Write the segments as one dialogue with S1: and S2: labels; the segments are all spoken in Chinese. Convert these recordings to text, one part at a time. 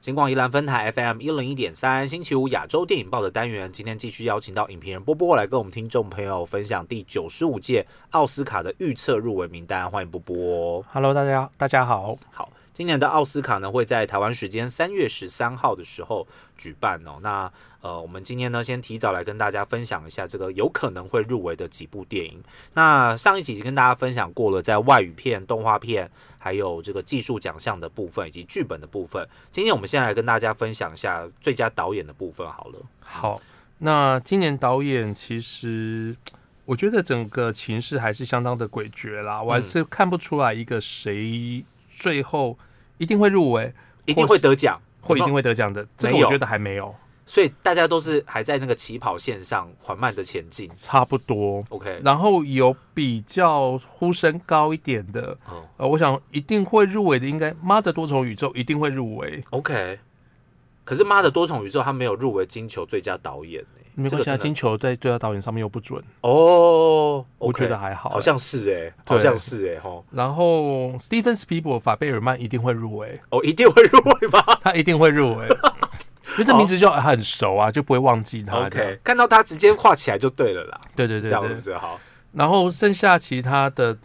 S1: 金广宜兰分台 FM 一零一点三，星期五亚洲电影报的单元，今天继续邀请到影评人波波来跟我们听众朋友分享第九十五届奥斯卡的预测入围名单，欢迎波波。
S2: Hello，大家大家好。
S1: 好，今年的奥斯卡呢会在台湾时间三月十三号的时候举办哦。那呃，我们今天呢先提早来跟大家分享一下这个有可能会入围的几部电影。那上一集已经跟大家分享过了，在外语片、动画片，还有这个技术奖项的部分以及剧本的部分。今天我们先来跟大家分享一下最佳导演的部分好了。
S2: 好，那今年导演其实我觉得整个情势还是相当的诡谲啦，
S1: 嗯
S2: 我还是看不出来一个谁最后一定会入围
S1: 一定会得奖，
S2: 或一定
S1: 会，
S2: 会得奖的。这个
S1: 没有
S2: 我觉得还没有，
S1: 所以大家都是还在那个起跑线上缓慢的前进。
S2: 差不多。
S1: OK，
S2: 然后有比较呼声高一点的，
S1: 哦
S2: 呃，我想一定会入围的，应该《妈的多重宇宙》一定会入围。
S1: OK，可是《妈的多重宇宙》他没有入围金球最佳导演、欸，
S2: 没关系，啊，
S1: 这个真
S2: 金
S1: 的
S2: 球在最佳导演上面又不准，
S1: 哦
S2: 我觉得
S1: OK，
S2: 还好。欸
S1: 好像是哎、
S2: 对
S1: 好像是哎、欸、吼，
S2: 然后 Steven Spielberg 法贝尔曼一定会入围，
S1: 哦，一定会入围 吧
S2: 他一定会 入围，因为这名字就很熟啊，就不会忘记他这样。
S1: 哦？OK，看到他直接跨起来就对了啦，
S2: 对对
S1: 这
S2: 对
S1: 样是不
S2: 对。
S1: 是好？
S2: 然后剩下其他的，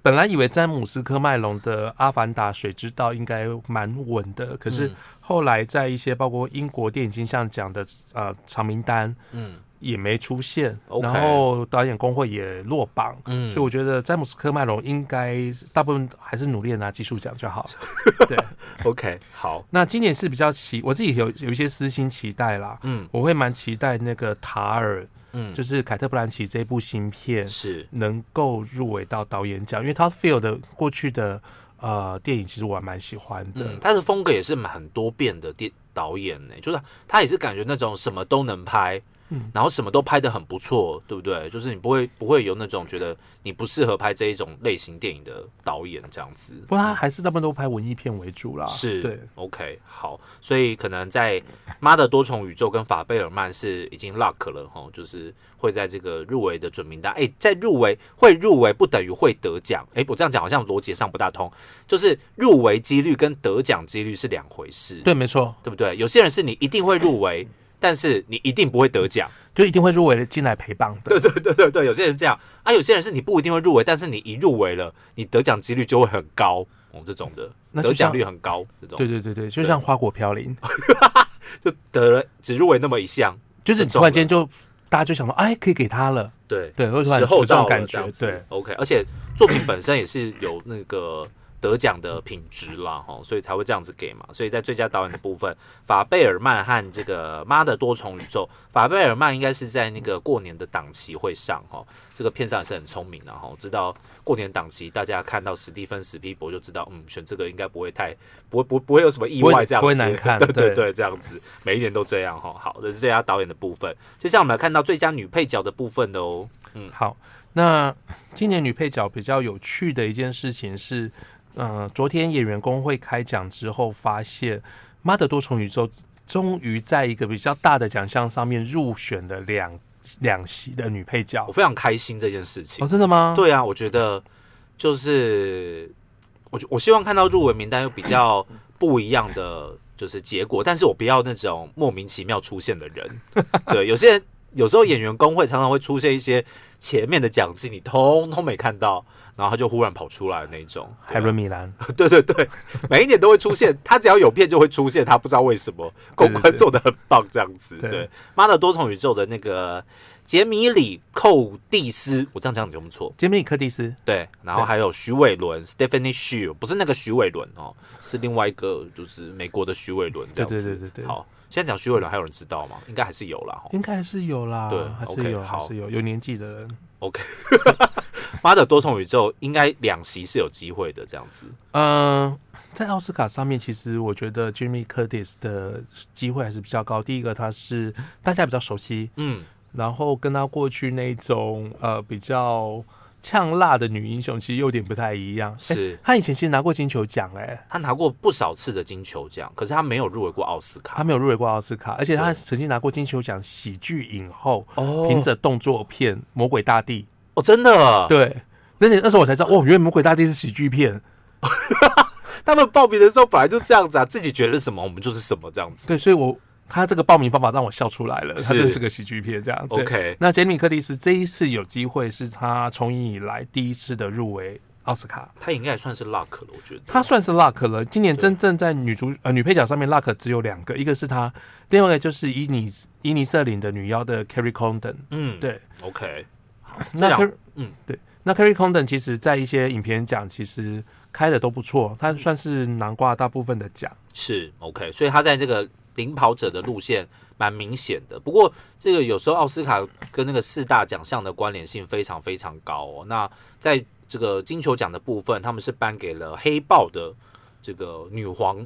S2: 本来以为詹姆斯科麦隆的《阿凡达：水之道》应该蛮稳的，可是
S1: 嗯
S2: 后来在一些包括英国电影金像奖的呃长名单
S1: 嗯
S2: 也没出现，
S1: OK
S2: 然后导演工会也落榜。
S1: 嗯
S2: 所以我觉得詹姆斯科麦隆应该大部分还是努力的拿技术奖就好。 对，
S1: OK 好，
S2: 那今年是比较期，我自己有有一些私心期待啦。
S1: 嗯
S2: 我会蛮期待那个塔尔，
S1: 嗯，
S2: 就是是凯特·布兰奇这部新片
S1: 是
S2: 能够入围到导演奖，因为 Todd Field 的过去的呃电影其实我还蛮喜欢的。
S1: 嗯，他的风格也是蛮多变的电导演呢、就是他也是感觉那种什么都能拍。
S2: 嗯
S1: 然后什么都拍的很不错，对不对？就是你不会不会有那种觉得你不适合拍这一种类型电影的导演这样子。
S2: 不过他还是大部分都拍文艺片为主啦。
S1: 是，
S2: 啊对，
S1: ，OK，好，所以可能在《妈的多重宇宙》跟法贝尔曼是已经 lock 了哈，就是会在这个入围的准名单。哎、在入围会入围不等于会得奖，哎、我这样讲好像逻辑上不大通，就是入围几率跟得奖几率是两回事，
S2: 对，没错，
S1: 对不对？有些人是你一定会入围，但是你一定不会得奖，
S2: 就一定会入围的进来陪棒的。对对，
S1: 对对对对，有些人这样啊，有些人是你不一定会入围，但是你一入围了，你得奖几率就会很高，哦，这种的
S2: 那就
S1: 得奖
S2: 像
S1: 率很高，这种
S2: 对对对对，就像花果飘零，
S1: 啊就得了只入围那么一项。
S2: 就是你突然间就大家就想到，哎，可以给他了。
S1: 对，
S2: 对，会突然
S1: 时
S2: 有
S1: 候
S2: 这
S1: 到
S2: 种
S1: 了
S2: 感
S1: 这
S2: 觉
S1: 样。子
S2: 对，
S1: ，OK，而且作品本身也是有那个得奖的品质啦，哈，所以才会这样子给嘛。所以在最佳导演的部分，法贝尔曼和这个《妈的多重宇宙》，法贝尔曼应该是在那个过年的档期会上哈。这个片商也是很聪明的哈，知道过年档期大家看到史蒂芬史皮博就知道，嗯，选这个应该不会太不会不不会有什么意
S2: 不
S1: 外
S2: 会
S1: 这样子，
S2: 不会难看
S1: 对对
S2: 对
S1: 对，这样子每一年都这样哈。好，这是最佳导演的部分。接下来我们来看到最佳女配角的部分哦喽。
S2: 好，那今年女配角比较有趣的一件事情是，呃，昨天演员工会开奖之后，发现《妈的多重宇宙》终于在一个比较大的奖项上面入选了两两席的女配角
S1: 我。非常开心这件事情。
S2: 哦，真的吗？，
S1: 对啊，我觉得就是我我希望看到入围名单有比较不一样的就是结果，但是我不要那种莫名其妙出现的人。对，有些人有时候演员工会常常会出现一些前面的奖金你通通没看到，然后他就忽然跑出来的那种。
S2: 海伦米兰。
S1: 对对对，每一年都会出现，他只要有片就会出现，他不知道为什 么公关做的很棒，这样子。
S2: 对
S1: 对，妈的多重宇宙的那个杰米里寇蒂斯，我这样讲你就不错。
S2: 杰米里克蒂斯，
S1: 对，然后
S2: 对
S1: 还有徐伟伦 （Stephanie Shu），不是那个徐伟伦哦，是另外一个，就是美国的徐伟伦这
S2: 对
S1: 样子。
S2: 对对对对，，
S1: 好，现在讲徐伟伦，还有人知道吗？应该还是有啦。哦
S2: 应该还是有啦，
S1: 对
S2: 还是
S1: OK，
S2: 有，
S1: 好
S2: 还是有有年纪的人。
S1: OK，妈的多重宇宙应该两席是有机会的，这样子。
S2: 嗯，在奥斯卡上面，其实我觉得 Jimmy Curtis 的机会还是比较高。第一个，他是大家比较熟悉，
S1: 嗯，
S2: 然后跟他过去那种呃比较呛辣的女英雄，其实有点不太一样。诶
S1: 是。
S2: 她以前其实拿过金球奖、哎，
S1: 他拿过不少次的金球奖，可是他没有入围过奥斯卡。
S2: 她没有入围过奥斯卡，而且她
S1: 对
S2: 曾经拿过金球奖喜剧影后，
S1: 哦
S2: 凭着动作片《魔鬼大帝
S1: 哦，真的，》
S2: 对。那那时候我才知道，哦，原来《魔鬼大帝》是喜剧片，
S1: 他们报名的时候本来就这样子啊，自己觉得什么我们就是什么这样子。
S2: 对，所以我他这个报名方法让我笑出来了，他
S1: 是
S2: 真是个喜剧片这样。对
S1: OK
S2: 那杰米克利斯这一次有机会是他从影以来第一次的入围奥斯卡，
S1: 他应该也算是 luck 了，我觉得。
S2: 他算是 luck 了。今年真正在女主呃女配角上面 luck 只有两个，一个是他，另外一个就是伊尼伊尼瑟林的女妖的 Carrie Condon。
S1: 嗯，
S2: 对，
S1: ，OK，好，这
S2: 那
S1: 样
S2: Carrie
S1: 嗯
S2: 对，那 Carrie Condon 其实在一些影片奖其实开的都不错，他算是囊括大部分的奖。
S1: 是 OK，所以他在这个领跑者的路线蛮明显的。不过，这个有时候奥斯卡跟那个四大奖项的关联性非常非常高哦。那在这个金球奖的部分，他们是颁给了黑豹的这个女皇。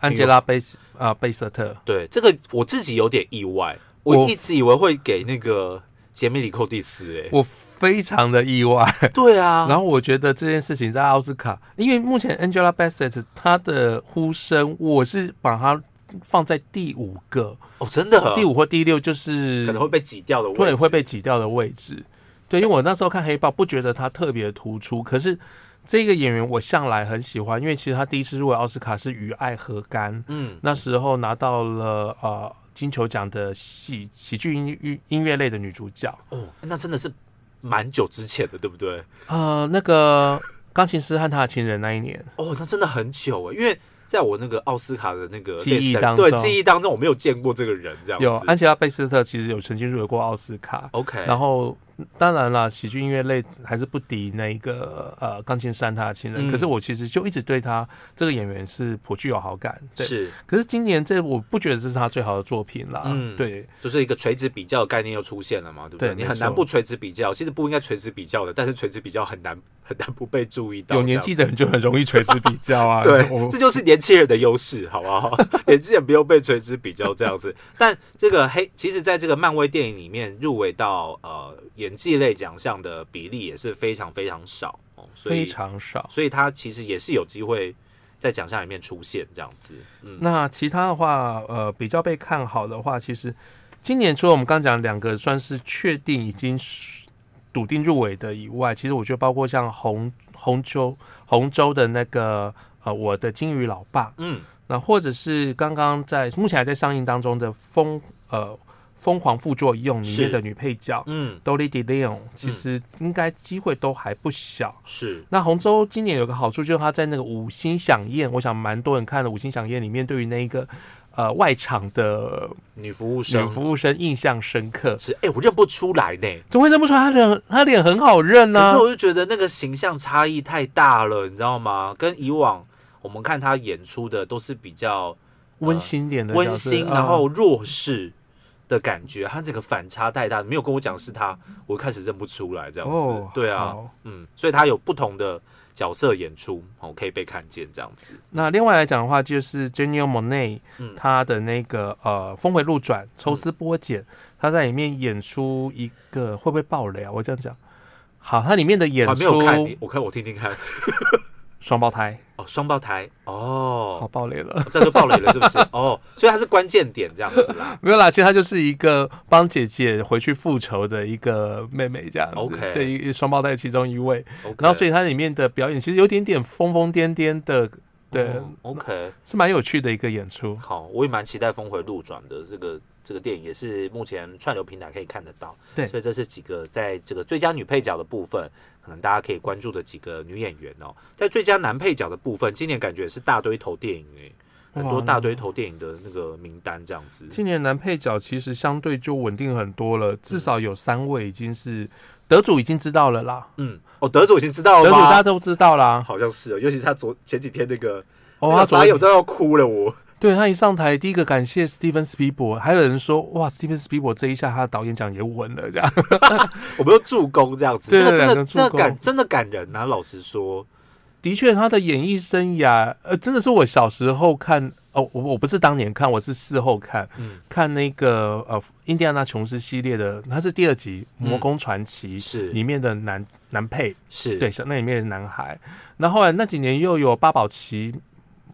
S2: 安吉拉贝斯啊贝瑟特，
S1: 对，这个我自己有点意外，我
S2: 我
S1: 一直以为会给那个杰米里寇蒂斯、欸。
S2: 我非常的意外。
S1: 对啊，
S2: 然后我觉得这件事情在奥斯卡，因为目前 Angela Bassett 她的呼声，我是把她放在第五个，
S1: 哦，真的，
S2: 第五或第六，就是
S1: 可能会被挤掉的位置，
S2: 对会被挤掉的位置。对，因为我那时候看黑豹，不觉得她特别突出，可是这个演员我向来很喜欢，因为其实她第一次入围奥斯卡是《与爱何干》，
S1: 嗯
S2: 那时候拿到了呃金球奖的喜喜剧音乐音乐类的女主角。
S1: 哦，那真的是蛮久之前的，对不对？
S2: 呃，那个钢琴师和他的情人那一年，
S1: 哦，那真的很久哎，因为在我那个奥斯卡的那个
S2: 记忆
S1: list
S2: 当
S1: 对
S2: 中
S1: 记忆当中，我没有见过这个人这样子。
S2: 有安吉拉·贝斯特其实有曾经入围过奥斯卡，
S1: OK，
S2: 然后当然啦，喜剧音乐类还是不敌那个呃钢琴师和他的情人。
S1: 嗯
S2: 可是我其实就一直对他这个演员是颇具有好感，对。
S1: 是
S2: 可是今年这我不觉得这是他最好的作品啦，
S1: 嗯
S2: 对
S1: 就是一个垂直比较的概念又出现了嘛，对不对？
S2: 对
S1: 你
S2: 没
S1: 很难
S2: 错
S1: 不垂直比较，其实不应该垂直比较的，但是垂直比较很难很难不被注意到。
S2: 有年纪的人就很容易垂直比较啊。
S1: 这样子。
S2: 我
S1: 对，这就是年轻人的优势，好不好？ 年轻人不用被垂直比较这样子。但这个黑，其实在这个漫威电影里面入围到呃演技类奖项的比例也是非常非常少哦，所以
S2: 非常少。
S1: 所以他其实也是有机会在奖项里面出现这样子。嗯，
S2: 那其他的话，呃，比较被看好的话，其实今年除了我们刚讲两个算是确定已经笃定入围的以外，其实我觉得包括像红红州红州的那个呃我的金鱼老爸，
S1: 嗯，
S2: 那或者是刚刚在目前还在上映当中的疯呃疯狂副作用里
S1: 是
S2: 面的女配角
S1: 嗯，
S2: Dolly De Leon，其实应该机会都还不小。
S1: 是
S2: 那红州今年有个好处，就是它在那个五星响宴，我想蛮多人看了五星响宴里面，对于那一个呃外场的
S1: 女服务
S2: 女
S1: 生
S2: 服务生印象深刻，
S1: 是，哎、我认不出来呢。
S2: 怎么会认不出来？她脸她脸很好认呢、
S1: 可是我就觉得那个形象差异太大了，你知道吗？跟以往我们看她演出的都是比较
S2: 温馨一点的角色，
S1: 呃温馨，
S2: 嗯
S1: 然后弱势的感觉，她这个反差太大，没有跟我讲是她，我开始认不出来这样子。
S2: 哦，
S1: 对啊，
S2: 好
S1: 嗯，所以她有不同的角色演出，哦，可以被看见这样子。
S2: 那另外来讲的话，就是 j e n n y Monet，
S1: 嗯
S2: 她的那个呃峰回路转、抽丝剥
S1: 嗯
S2: 茧，她在里面演出一个会不会爆雷啊？我这样讲，好，她里面的演
S1: 还没有
S2: 出
S1: 看你，我看我听听 看。
S2: 双胞胎，
S1: 哦，双胞胎
S2: 好
S1: 哦，
S2: 爆雷了。
S1: 这样就爆雷了是不是？哦，所以它是关键点这样子 啦。
S2: 没有啦，其实她就是一个帮姐姐回去复仇的一个妹妹这样子
S1: OK
S2: 对，一双胞胎其中一位。
S1: OK，
S2: 然后，所
S1: 以
S2: 以她里面的表演其实有点点疯疯癫癫的，对，
S1: 哦 OK，
S2: 是蛮有趣的一个演出。
S1: 好，我也蛮期待《峰回路转》的这个这个电影，也是目前串流平台可以看得到。
S2: 对
S1: 所以这是几个在这个最佳女配角的部分，可能大家可以关注的几个女演员哦。在最佳男配角的部分，今年感觉是大堆头电影诶、很多
S2: 哇
S1: 大堆头电影的那个名单这样子。
S2: 今年男配角其实相对就稳定很多了，至少有三位已经是得主已经知道了啦，
S1: 嗯，哦，得主已经知道
S2: 得
S1: 了
S2: 主大家
S1: 吗？
S2: 都知道啦。
S1: 好像是哦，尤其是他昨前几天那个，
S2: 哦，
S1: 那
S2: 他
S1: 个
S2: 昨
S1: 发
S2: 天
S1: 友都要哭了我。
S2: 对他一上台，第一个感谢 Steven Spielberg，还有人说哇，Steven Spielberg 这一下他的导演奖也稳了这样。
S1: 我们就助攻这样子，
S2: 对
S1: 那个真的
S2: 两个
S1: 真的
S2: 助攻
S1: 感真的感人呐、老实说，
S2: 的确，他的演艺生涯，呃，真的是我小时候看，哦，我我不是当年看，我是事后看，
S1: 嗯
S2: 看那个呃《印第安纳琼斯》系列的，他是第二集《魔宫传奇》
S1: 嗯是
S2: 里面的男男配，
S1: 是
S2: 对，，是那里面的男孩。那后来那几年又有八宝奇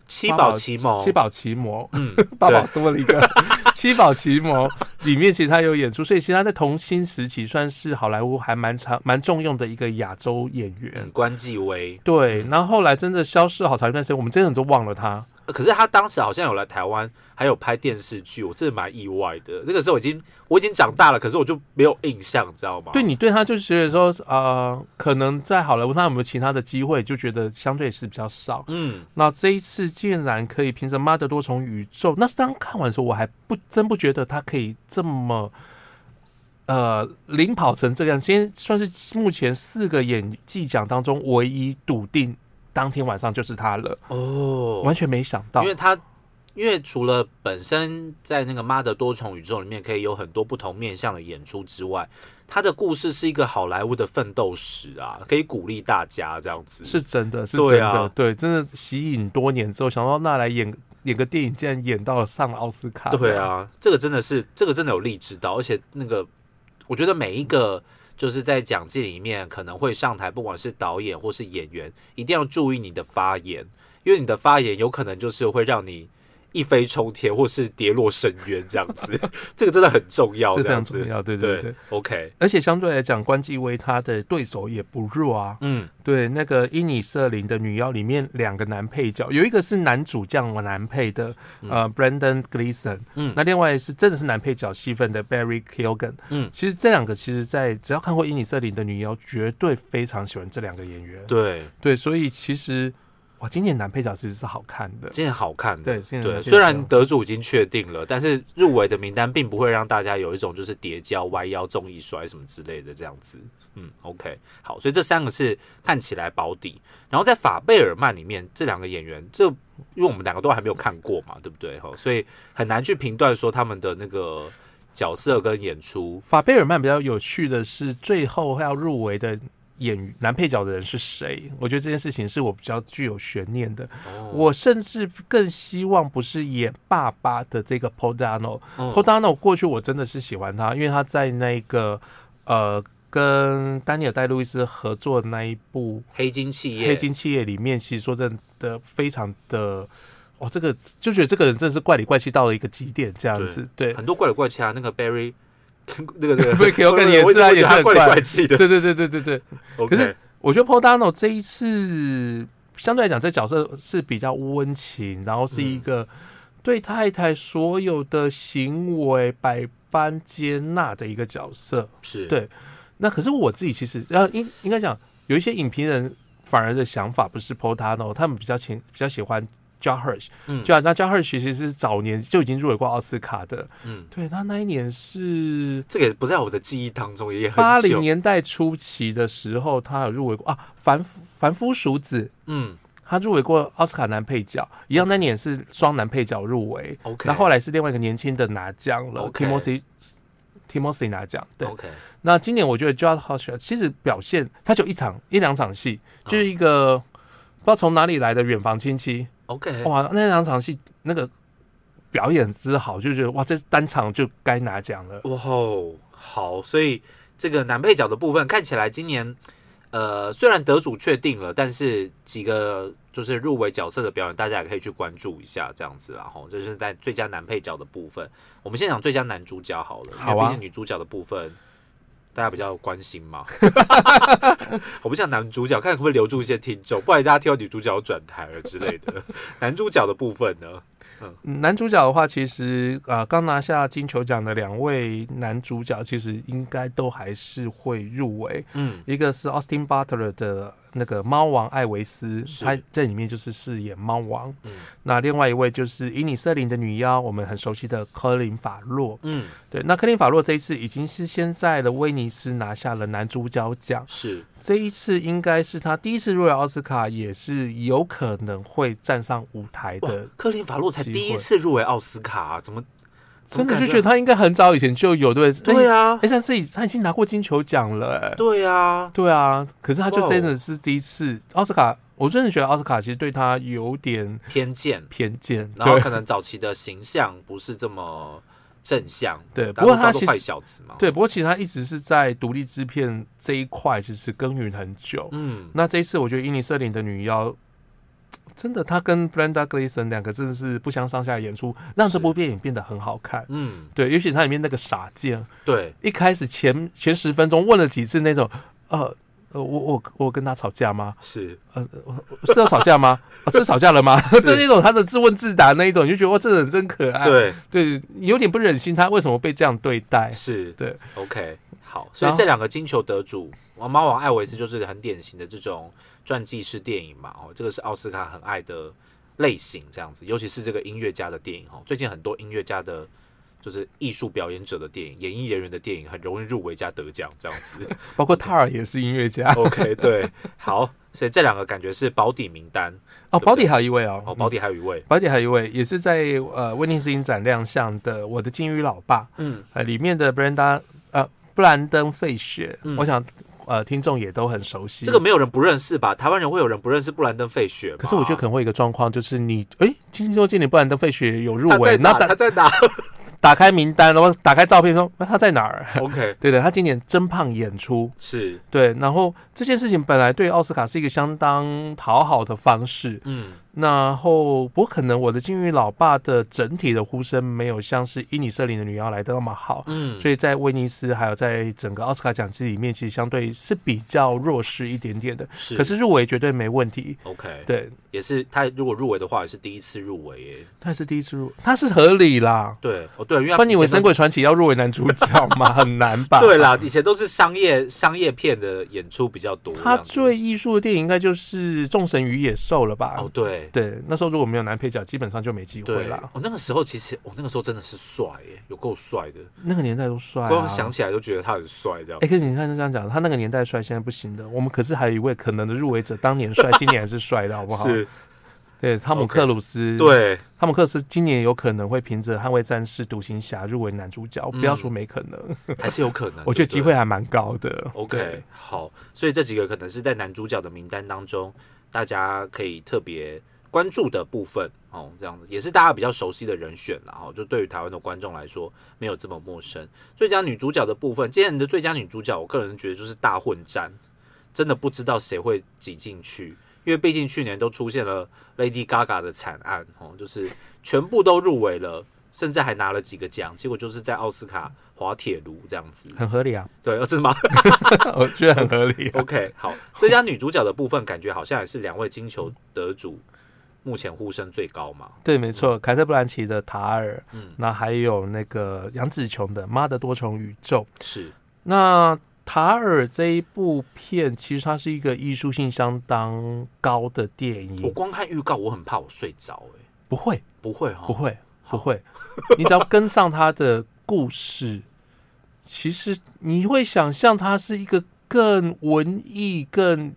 S1: 七宝奇谋，
S2: 七宝奇魔，
S1: 嗯，
S2: 八宝
S1: 对
S2: 多了一个七宝奇魔。里面其实他有演出，所以其实他在同新时期算是好莱坞还蛮长蛮重用的一个亚洲演员
S1: 嗯。关继威。
S2: 对，然后后来真的消失好长一段时间，我们真的都忘了他。
S1: 呃可是他当时好像有来台湾，还有拍电视剧，我真的蛮意外的。那个时候已经我已经长大了，可是我就没有印象，你知道吗？
S2: 对你对他就觉得说，呃，可能在好莱坞他有没有其他的机会，就觉得相对是比较少。
S1: 嗯，
S2: 那这一次竟然可以凭着《妈的多重宇宙》，那是当看完的时候，我还不真不觉得他可以这么，呃，领跑成这样。今天算是目前四个演技奖当中唯一笃定当天晚上就是他了，
S1: 哦
S2: 完全没想到
S1: 因。为他因为除了本身在那个《妈的多重宇宙》里面可以有很多不同面向的演出之外，他的故事是一个好莱坞的奋斗史啊，可以鼓励大家这样子。
S2: 是真的，是真
S1: 对
S2: 的，
S1: 啊
S2: 对，真的吸引多年之后，想到那来演演个电影，竟然演到了上奥斯卡，
S1: 对，啊，这个真的是这个真的有励志到，而且那个我觉得每一个就是在讲季里面可能会上台，不管是导演或是演员，一定要注意你的发言，因为你的发言有可能就是会让你。一飞冲天，或是跌落深渊，这样子， 这个真的很重要。
S2: 这非
S1: 样
S2: 常
S1: 子
S2: 重要，对对
S1: 对
S2: 对。
S1: o k
S2: 而且相对来讲，关继威他的对手也不弱啊。
S1: 嗯，
S2: 对，那个《伊尼瑟林的女妖》里面两个男配角，有一个是男主将男配的，呃、b r a n d o n Gleason，
S1: 嗯
S2: 那另外是真的是男配角戏份的 Barry Keoghan，
S1: 嗯
S2: 其实这两个其实在只要看过《伊尼瑟林的女妖》，绝对非常喜欢这两个演员。
S1: 对，
S2: 对，所以其实哇，今年男配角其实是好看的。
S1: 今天好看的。
S2: 对，今年
S1: 对，
S2: 男配角
S1: 虽然得主已经确定了，但是入围的名单并不会让大家有一种就是叠交、歪腰、重一摔什么之类的这样子。嗯，OK，好，所以这三个是看起来保底。然后在法贝尔曼里面，这两个演员，这因为我们两个都还没有看过嘛，对不对？哈，所以很难去评断说他们的那个角色跟演出。
S2: 法贝尔曼比较有趣的是，最后要入围的演男配角的人是谁？我觉得这件事情是我比较具有悬念的。
S1: 哦
S2: 我甚至更希望不是演爸爸的这个 Podano。
S1: 嗯
S2: Podano 过去我真的是喜欢他，因为他在那个呃跟丹尼尔戴路易斯合作的那一部
S1: 黑金企
S2: 《
S1: 业，
S2: 黑金企业》里面，其实说真的非常的。哇，这个就觉得这个人真的是怪里怪气到了一个极点，这样子，对，
S1: 很多怪里怪气啊，那个 Barry，那 个那个
S2: Barry Keoghan 也是啊
S1: 我一直
S2: 也是
S1: 觉得他
S2: 很
S1: 怪里
S2: 怪
S1: 怪气的。
S2: 对对对对对对，
S1: OK，
S2: 可是我觉得 Podano 这一次相对来讲，这角色是比较温情，然后是
S1: 嗯
S2: 一个对太太所有的行为百般接纳的一个角色。
S1: 是
S2: 对那可是我自己其实呃，应应该讲有一些影评人反而的想法不是 Podano，他们比较情比较喜欢 j o h r s h
S1: 嗯
S2: 就啊那 j o h r s h 其实是早年就已经入围过奥斯卡的，
S1: 嗯，
S2: 对他那一年是
S1: 这个也不在我的记忆当中，也很
S2: 八
S1: 久
S2: 零，年代初期的时候，他有入围过啊，凡夫凡夫俗子，
S1: 嗯
S2: 他入围过奥斯卡男配角，一样那年是双男配角入围。
S1: ，OK，
S2: 那后来是另外一个年轻的拿奖了
S1: OK 哦
S2: ，Timothy Timothy 拿奖。对，
S1: OK，
S2: 那今年我觉得 j o d h o s h 其实表现，他就一场一两场戏，
S1: 哦
S2: 就是一个、不知道从哪里来的远房亲戚，
S1: OK，
S2: 哇，那两场戏那个表演之好，就觉得哇，这单场就该拿奖了。
S1: 哇哦，好，所以这个男配角的部分看起来今年，呃，虽然得主确定了，但是几个就是入围角色的表演，大家也可以去关注一下，这样子啦，然后这是在最佳男配角的部分。我们先讲最佳男主角好了，因为
S2: 好啊
S1: 毕竟女主角的部分。 大家比较关心嘛，我不讲男主角，看可不可以留住一些听众，不然大家听到女主角转台了之类 的。男主角的部分呢，
S2: 嗯男主角的话，其实呃，刚拿下金球奖的两位男主角，其实应该都还是会入围。
S1: 嗯，
S2: 一个是 Austin Butler 的那个猫王艾维斯，
S1: 是
S2: 他在里面就是饰演猫王。
S1: 嗯
S2: 那另外一位就是伊尼瑟林的女妖，我们很熟悉的科林法洛。
S1: 嗯，
S2: 对，那科林法洛这一次已经是先在了威尼斯拿下了男主角奖，
S1: 是
S2: 这一次应该是他第一次入围奥斯卡，也是有可能会站上舞台
S1: 哇
S2: 的，
S1: 克林法洛才
S2: 机
S1: 第一
S2: 会
S1: 次入围奥斯卡啊、怎么
S2: 真的就觉得哎他应该很早以前就有，对不对？
S1: 对啊
S2: 而且他自己他已经拿过金球奖了、哎
S1: 对啊，
S2: 对啊，可是他就
S1: 哇哦
S2: 真的是第一次奥斯卡，我真的觉得奥斯卡其实对他有点
S1: 偏见，
S2: 偏见，
S1: 然后
S2: 对
S1: 可能早期的形象不是这么正向，
S2: 对
S1: 大家
S2: 不过
S1: 都
S2: 他
S1: 说
S2: 其
S1: 坏
S2: 实
S1: 小子嘛，，
S2: 对。不过其实他一直是在独立制片这一块其实耕耘很久。
S1: 嗯，
S2: 那这一次我觉得伊尼瑟林的女妖真的，她跟 Brenda Gleason 两个真的是不相上下的演出，让这部电影变得很好看。
S1: 嗯，
S2: 对，尤其它里面那个傻贱，
S1: 对，
S2: 一开始前前十分钟问了几次那种，呃，呃我我我跟他吵架吗？
S1: 是
S2: 呃，我我是要吵架吗？啊、是吵架了吗？ 这那种他的自问自答那一种，你就觉得哇，这人真可爱。
S1: 对，
S2: 对，有点不忍心他为什么被这样对待。
S1: 是，
S2: 对
S1: ，OK，好，所以
S2: 然后
S1: 这两个金球得主《王猫王艾维斯》就是很典型的这种传记式电影嘛，哦，这个是奥斯卡很爱的类型，这样子，尤其是这个音乐家的电影哦，最近很多音乐家的。就是艺术表演者的电影，演艺人员的电影很容易入围加得奖这样 子。
S2: 包括塔尔也是音乐家
S1: OK，对，好，所以这两个感觉是保底名单
S2: 哦，保底还有一位哦，
S1: 哦，保底还有一位，
S2: 保底还有一位也是在呃威尼斯影展亮相的《我的金鱼老爸》
S1: 嗯，
S2: 呃里面的 Brenda 呃布兰登·费雪，
S1: 嗯
S2: 我想呃听众也都很熟悉
S1: 这个。没有人不认识吧？台湾人会有人不认识布兰登·费雪吗？
S2: 可是我觉得可能会有一个状况，就是你哎，听说今年布兰登·费雪有入
S1: 他
S2: 围
S1: 在，
S2: 那
S1: 哪？他
S2: 打
S1: 在哪
S2: 打开名单，然后打开照片说那他在哪儿？
S1: ？OK，
S2: 对的，他今年真胖演出，
S1: 是，
S2: 对，然后这件事情本来对奥斯卡是一个相当讨好的方式，
S1: 嗯，
S2: 然后不过可能我的金鱼老爸的整体的呼声没有像是伊尼瑟林的女妖来的那么好，
S1: 嗯，
S2: 所以在威尼斯还有在整个奥斯卡奖季里面，其实相对是比较弱势一点点的。
S1: 是，
S2: 可是入围绝对没问题，
S1: OK，
S2: 对，
S1: 也是他如果入围的话，也是第一次入围耶。
S2: 他是第一次入，他是合理啦。
S1: 对，哦对，因为他
S2: 不然你以为《
S1: 以前
S2: 神
S1: 都
S2: 鬼
S1: 是
S2: 传奇》要入围男主角 吗？很难吧？
S1: 对啦，以前都是商业商业片的演出比较多。
S2: 他
S1: 这样子
S2: 最艺术的电影应该就是《众神与野兽》了吧？
S1: 哦对
S2: 对，那时候如果没有男配角，基本上就没机会
S1: 对
S2: 啦。
S1: 哦那个时候其实我、哦、那个时候真的是帅耶，有够帅的，
S2: 那个年代都帅、啊，
S1: 光想起来就觉得他很帅这样
S2: 哎、。可是你看，就这样讲，他那个年代帅，现在不行的。我们可是还有一位可能的入围者，当年 帅，今年还是帅的，好不好？，
S1: 是，
S2: 对，汤姆
S1: OK
S2: 克鲁斯，，
S1: 对，
S2: 汤姆克鲁斯今年有可能会凭着《捍卫战士》《独行侠》入围男主角，不要说没可能，
S1: 还是有可能。
S2: 我觉
S1: 对
S2: 得机
S1: 嗯不对
S2: 会还蛮高的。
S1: OK，
S2: 对
S1: 好，所以这几个可能是在男主角的名单当中，大家可以特别关注的部分哦，这样子也是大家比较熟悉的人选啦。哦，就对于台湾的观众来说，没有这么陌生。最佳女主角的部分，今年的最佳女主角，我个人觉得就是大混战，真的不知道谁会挤进去。因为毕竟去年都出现了 Lady Gaga 的惨案哦，就是全部都入围了，甚至还拿了几个奖，结果就是在奥斯卡滑铁卢这样子。
S2: 很合理啊，
S1: 对，哦，真的吗？
S2: 我觉得很合理、啊。
S1: OK，好，最佳女主角的部分，感觉好像也是两位金球得主目前呼声最高嘛。
S2: 对，没错，凯特·布兰奇的《塔尔》，
S1: 嗯
S2: 那还有那个杨紫琼的《妈的多重宇宙》。
S1: 是，
S2: 那《塔尔》这一部片，其实它是一个艺术性相当高的电
S1: 我
S2: 影，
S1: 光看预告，我很怕我睡着、哎，
S2: 不会。
S1: 不会哈，
S2: 不，会，
S1: 哦好
S2: 不会，你只要跟上他的故事，其实你会想象它是一个更文艺、更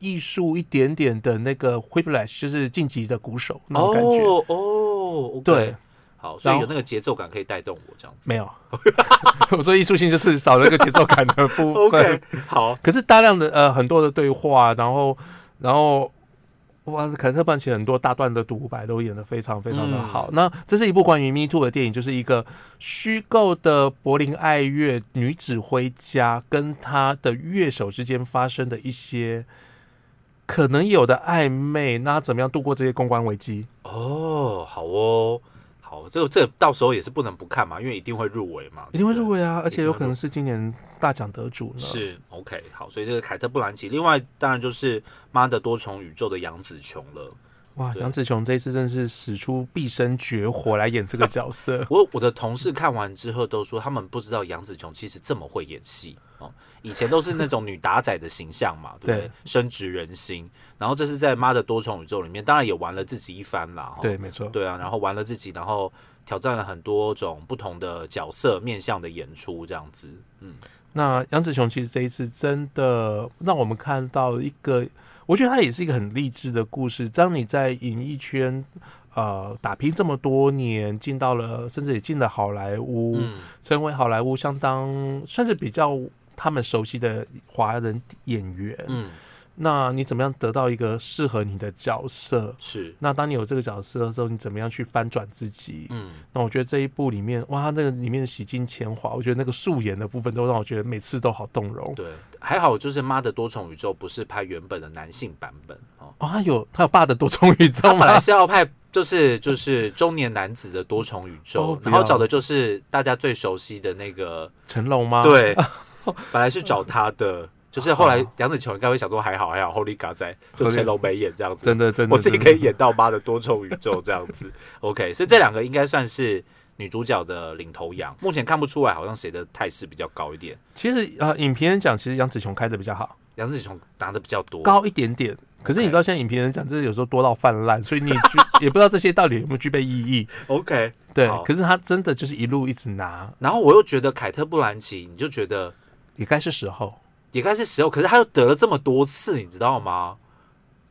S2: 艺术一点点的那个 Whiplash，就是晋级的鼓手那种感觉。
S1: 哦哦，OK
S2: 对，
S1: 好，所以
S2: 然后
S1: 有那个节奏感可以带动我这样子。
S2: 没有， 我说艺术性就是少了一个节奏感的部分。
S1: OK，好，
S2: 可是大量的呃很多的对话，然后然后哇，凯特·班奇很多大段的独白都演得非常非常的好。那这是一部关于 Me Too 的电影，就是一个虚构的柏林爱乐女指挥家跟她的乐手之间发生的一些。可能有的暧昧，那她怎么样度过这些公关危机？
S1: 哦，好哦，好，这个这个到时候也是不能不看嘛，因为一定会入围嘛，
S2: 一定会
S1: 对不对
S2: 入围啊，而且有可
S1: 一定会入
S2: 能
S1: 围
S2: 是今年大奖得主呢。，
S1: 是 OK，好，所以这个凯特·布兰奇，另外当然就是《妈的多重宇宙》的杨紫琼了。
S2: 哇，
S1: 对。
S2: 杨紫琼这一次真是使出毕生绝活来演这个角色
S1: 我我的同事看完之后都说，他们不知道杨紫琼其实这么会演戏哦。以前都是那种女打仔的形象嘛， 对不对
S2: 对？
S1: 深植人心。然后这是在《妈的多重宇宙》里面，当然也玩了自己一番啦。哦
S2: 对，没错。
S1: 对啊，然后玩了自己，然后挑战了很多种不同的角色面向的演出，这样子。嗯，
S2: 那杨紫琼其实这一次真的让我们看到一个，我觉得她也是一个很励志的故事。当你在演艺圈呃打拼这么多年，进到了甚至也进了好莱坞，
S1: 嗯
S2: 成为好莱坞相当算是比较他们熟悉的华人演员，
S1: 嗯，
S2: 那你怎么样得到一个适合你的角色？
S1: 是，
S2: 那当你有这个角色的时候，你怎么样去翻转自己？
S1: 嗯，
S2: 那我觉得这一部里面，哇，那个里面洗尽铅华，我觉得那个素颜的部分都让我觉得每次都好动容。
S1: 对，还好就是《妈的多重宇宙》不是拍原本的男性版本哦，
S2: 哦，他有他有爸的多重宇
S1: 他
S2: 宙
S1: 本来
S2: 吗？
S1: 是要拍就是就是中年男子的多重宇宙，
S2: 哦不
S1: 然后
S2: 要
S1: 找的就是大家最熟悉的那个，
S2: 成龙吗？，
S1: 对，本来是找他的。就是后来
S2: 好
S1: 杨紫琼应该会想说还好还好，Holy God 在就
S2: 啊 Holy-
S1: 成龙没演这样子，
S2: 真的真的，
S1: 我自己
S2: 真的
S1: 可以演到妈的多重宇宙这样子。OK，所以这两个应该算是女主角的领头羊。目前看不出来，好像谁的态势比较高一点。
S2: 其实呃，影评人讲，其实杨紫琼开的比较好，
S1: 杨紫琼拿的比较多，
S2: 高一点点。可是你
S1: OK
S2: 知道，现在影评人讲，这有时候多到泛滥，所以你具 也不知道这些到底有没有具备意义。
S1: OK。
S2: 对
S1: 好，
S2: 可是他真的就是一路一直拿，
S1: 然后我又觉得凯特·布兰奇，你就觉得
S2: 也该是时候。
S1: 也该是时候，可是他又得了这么多次，你知道吗？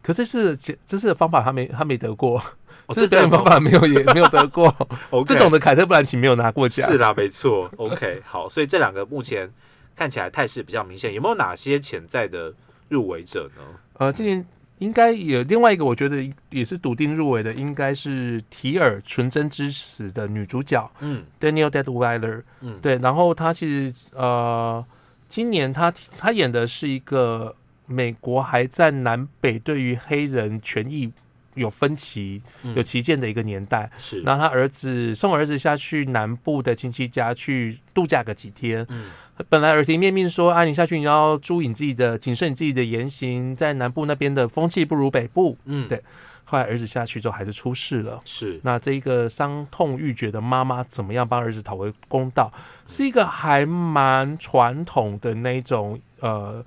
S2: 可这次这次的方法他没他没得过，
S1: 哦
S2: 这次表演方法没有也没有 得过，
S1: OK
S2: 这种的凯特·布兰奇没有拿过奖。
S1: 是啦，没错。OK，好， 所以这两个目前看起来态势比较明显，有没有哪些潜在的入围者呢？
S2: 呃，今年应该有另外一个，我觉得也是笃定入围的，应该是提尔《纯真之死》的女主角
S1: 嗯
S2: Daniel Deadweiler。
S1: 嗯，
S2: 对，然后她其实呃，今年她她演的是一个美国还在南北对于黑人权益有分歧、
S1: 嗯
S2: 有旗舰的一个年代。
S1: 是，
S2: 那他儿子送儿子下去南部的亲戚家去度假个几天，
S1: 嗯
S2: 本来耳提面命说啊，你下去你要注意你自己的，谨慎你自己的言行，在南部那边的风气不如北部。
S1: 嗯，
S2: 对后来儿子下去之后还是出事了。
S1: 是，
S2: 那这一个伤痛欲绝的妈妈怎么样帮儿子讨回公道，是一个还蛮传统的那一种呃，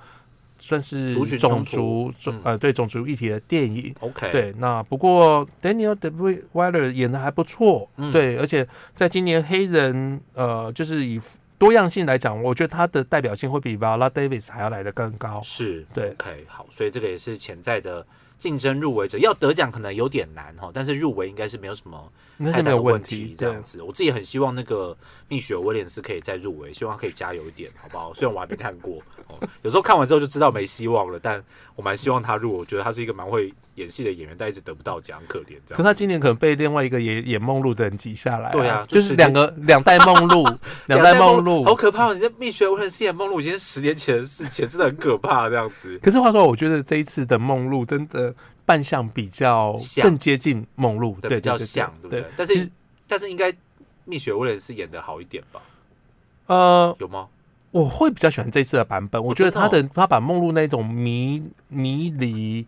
S2: 算是
S1: 族群冲
S2: 种族
S1: 突
S2: 种
S1: 嗯
S2: 呃对种族议题的电影。
S1: OK，，
S2: 对，那不过 Daniel d e b w e i l e r 演的还不错，
S1: 嗯
S2: 对，而且在今年黑人呃，就是以多样性来讲，我觉得他的代表性会比 Viola Davis 还要来得更高。
S1: 是
S2: 对
S1: ，OK，好，所以这个也是潜在的竞争入围者，要得奖可能有点难哈，但是入围应该是没有什么
S2: 那
S1: 太
S2: 是没
S1: 大
S2: 有
S1: 的
S2: 问
S1: 问
S2: 题，
S1: 这
S2: 对啊
S1: 样，子。我自己很希望那个蜜雪威廉斯可以再入围，希望他可以加油一点，好不好？虽然我还没看过，哦，有时候看完之后就知道没希望了，但我蛮希望他入围。我觉得他是一个蛮会演戏的演员，但一直得不到奖，很可怜这
S2: 可
S1: 样。
S2: 他今年可能被另外一个演演梦露的人挤下来、
S1: 对啊
S2: 就
S1: 就是是
S2: 两个两代梦 露，两代梦露
S1: 好。可怕、哦！你在蜜雪威廉斯演梦露已经是十年前的事情，真的很可怕，这样子。
S2: 可是话说，我觉得这一次的梦露真的扮相比较
S1: 像
S2: 更接近梦露，对，
S1: 对，比较
S2: 对对
S1: 像，对不
S2: 对
S1: 对？？但
S2: 其
S1: 是
S2: 实
S1: 但是应该蜜雪威廉斯演的好一点吧？
S2: 呃，
S1: 有吗？
S2: 我会比较喜欢这次的版本，我觉得
S1: 真的
S2: 他
S1: 哦
S2: 的他把梦露那种迷迷离，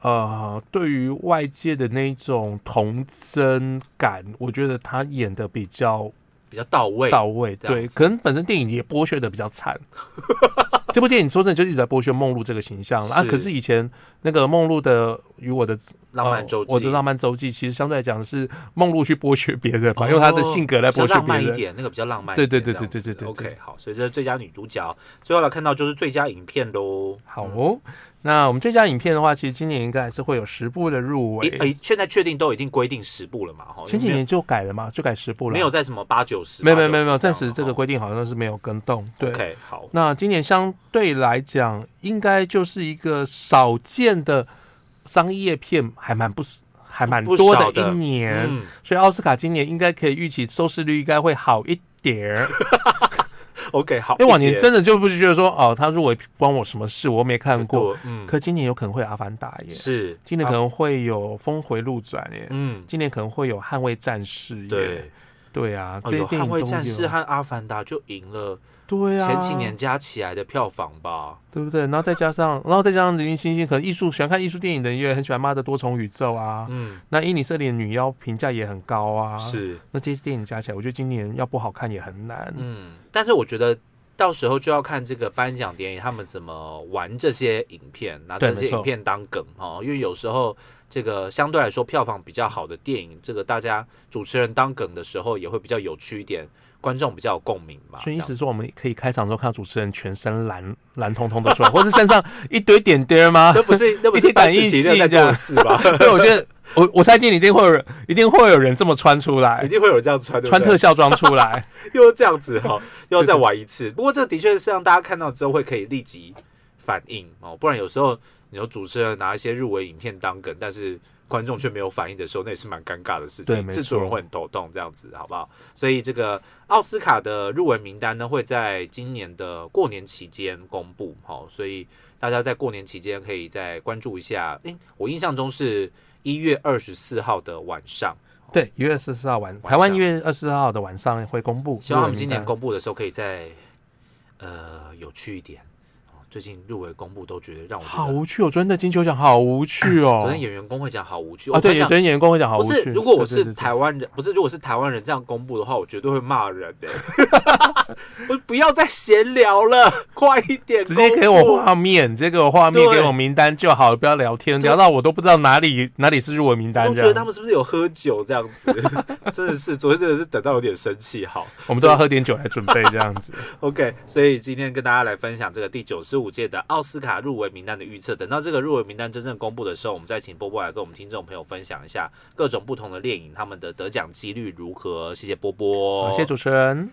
S2: 呃，对于外界的那种童真感，我觉得他演的比较
S1: 比较到位，
S2: 到位。
S1: 这样
S2: 对，
S1: 子
S2: 可能本身电影也剥削的比较惨。 这部电影说真的就一直在剥削梦露这个形象了啊。
S1: 是
S2: 可是以前那个梦露的与我的
S1: 浪漫周
S2: 呃
S1: 记，
S2: 我的浪漫周记，其实相对来讲是梦露去剥削别人嘛，
S1: 哦
S2: 用她的性格来
S1: 比较
S2: 剥削
S1: 浪
S2: 别
S1: 漫一
S2: 人。
S1: 点，那个比较浪漫一
S2: 对
S1: 点这
S2: 对
S1: 样子。
S2: 对对对对对对
S1: OK，好，所以这是最佳女主角。最后来看到就是最佳影片喽。
S2: 好哦，那我们最佳影片的话，其实今年应该还是会有十部的入
S1: 诶、
S2: 围。
S1: 诶现在确定都已经规定十部了嘛？哈，
S2: 前几年就改了嘛，就改十部了。
S1: 没有没有，在什么八九十，
S2: 没有，没有，
S1: 80
S2: 没有，没有，
S1: 这样啊
S2: 暂时这个规定好像是没有跟动。对
S1: OK，好，
S2: 那今年相对来讲，应该就是一个少见的商业片，还蛮不还蛮
S1: 不
S2: 多
S1: 少
S2: 的
S1: 的
S2: 一年。
S1: 嗯，
S2: 所以奥斯卡今年应该可以预期收视率应该会好一点儿。
S1: ，OK，好。
S2: 因为往年
S1: 一点
S2: 真的就不觉得说哦，他入围关我什么事，我没看过。，
S1: 嗯，
S2: 可今年有可能会《阿凡达》耶，
S1: 是
S2: 今年可
S1: 啊
S2: 能会有《峰回路转》耶，
S1: 嗯，
S2: 今年可能会有《捍卫战士》耶。
S1: 对，
S2: 对啊，
S1: 哦
S2: 这些
S1: 有
S2: 电
S1: 捍
S2: 影都
S1: 卫
S2: 有。
S1: 战士和阿凡达就赢了
S2: 对啊，
S1: 前几年加起来的票房吧。
S2: 对不对？然后再加上，然后再加上零零星星，可能艺术喜欢看艺术电影的人也很喜欢《妈的多重宇宙》啊。
S1: 嗯，
S2: 那伊尼瑟里的女妖评价也很高啊。，
S1: 是，
S2: 那这些电影加起来，我觉得今年要不好看也很难。
S1: 嗯，但是我觉得到时候就要看这个颁奖典礼他们怎么玩这些影片，拿
S2: 对
S1: 这些
S2: 没错
S1: 影片当梗哦，因为有时候这个相对来说票房比较好的电影，这个大家主持人当梗的时候也会比较有趣一点，观众比较有共鸣嘛。
S2: 所
S1: 这
S2: 以意
S1: 样
S2: 思说，我们可以开场的时候看到主持人全身蓝 蓝彤彤的出来，或是身上一堆点点 吗？
S1: 那不是那不
S2: 一
S1: 是
S2: 天打
S1: 班士
S2: 一
S1: 提
S2: 戏
S1: 那在
S2: 这样
S1: 做的事吧？
S2: 对，我觉得我我猜今年一定会有人，一定会有人这么穿出来
S1: 一，定会有人这样穿，对不
S2: 穿
S1: 对
S2: 特效装出来。
S1: 又这样子 哈、又要
S2: 对
S1: 再
S2: 对
S1: 玩一次。不过这的确是让大家看到之后会可以立即反应哦，不然有时候你说主持人拿一些入围影片当梗，但是观众却没有反应的时候，那也是蛮尴尬的事
S2: 对
S1: 情。
S2: 没
S1: 制作人
S2: 错
S1: 会很头痛，这样子好不好？所以这个奥斯卡的入围名单呢，会在今年的过年期间公布。好、所以大家在过年期间可以再关注一下。诶，我印象中是一月二十四号的晚上，
S2: 对，一月二十四号晚，
S1: 晚
S2: 台湾
S1: 上
S2: 一月二十四号的晚上会公布入围名单。
S1: 希望他们今年公布的时候可以再呃有趣一点。哦最近入围公布都觉得让我觉得
S2: 好无趣哦，昨天的金球奖好无趣哦。
S1: 昨天演员工会讲好无趣
S2: 啊，
S1: 我
S2: 对，
S1: 很
S2: 昨
S1: 想
S2: 天演员工会讲好无
S1: 不
S2: 趣。
S1: 是，如果我
S2: 对对
S1: 是
S2: 对对
S1: 台湾人，不是，如果是台湾人这样公布的话，我绝对会骂人的、 我不要再闲聊了，快一点，
S2: 直接给我。画面，直接给我画面，
S1: 对
S2: 给我名单就好，不要聊天，
S1: 对
S2: 聊到我都不知道哪里哪里是入围名
S1: 我
S2: 单
S1: 都觉
S2: 这
S1: 得他
S2: 样。
S1: 们是不是有喝酒这样子？ 真的是，昨天真的是等到有点生气。好
S2: 我们都要喝点酒来准备这样 子。
S1: ，OK，所以今天跟大家来分享这个第九十五届的奥斯卡入围名单的预测。等到这个入围名单真正公布的时候，我们再请波波来跟我们听众朋友分享一下各种不同的猎影他们的得奖几率如何。谢谢波波，
S2: 好谢谢主持人。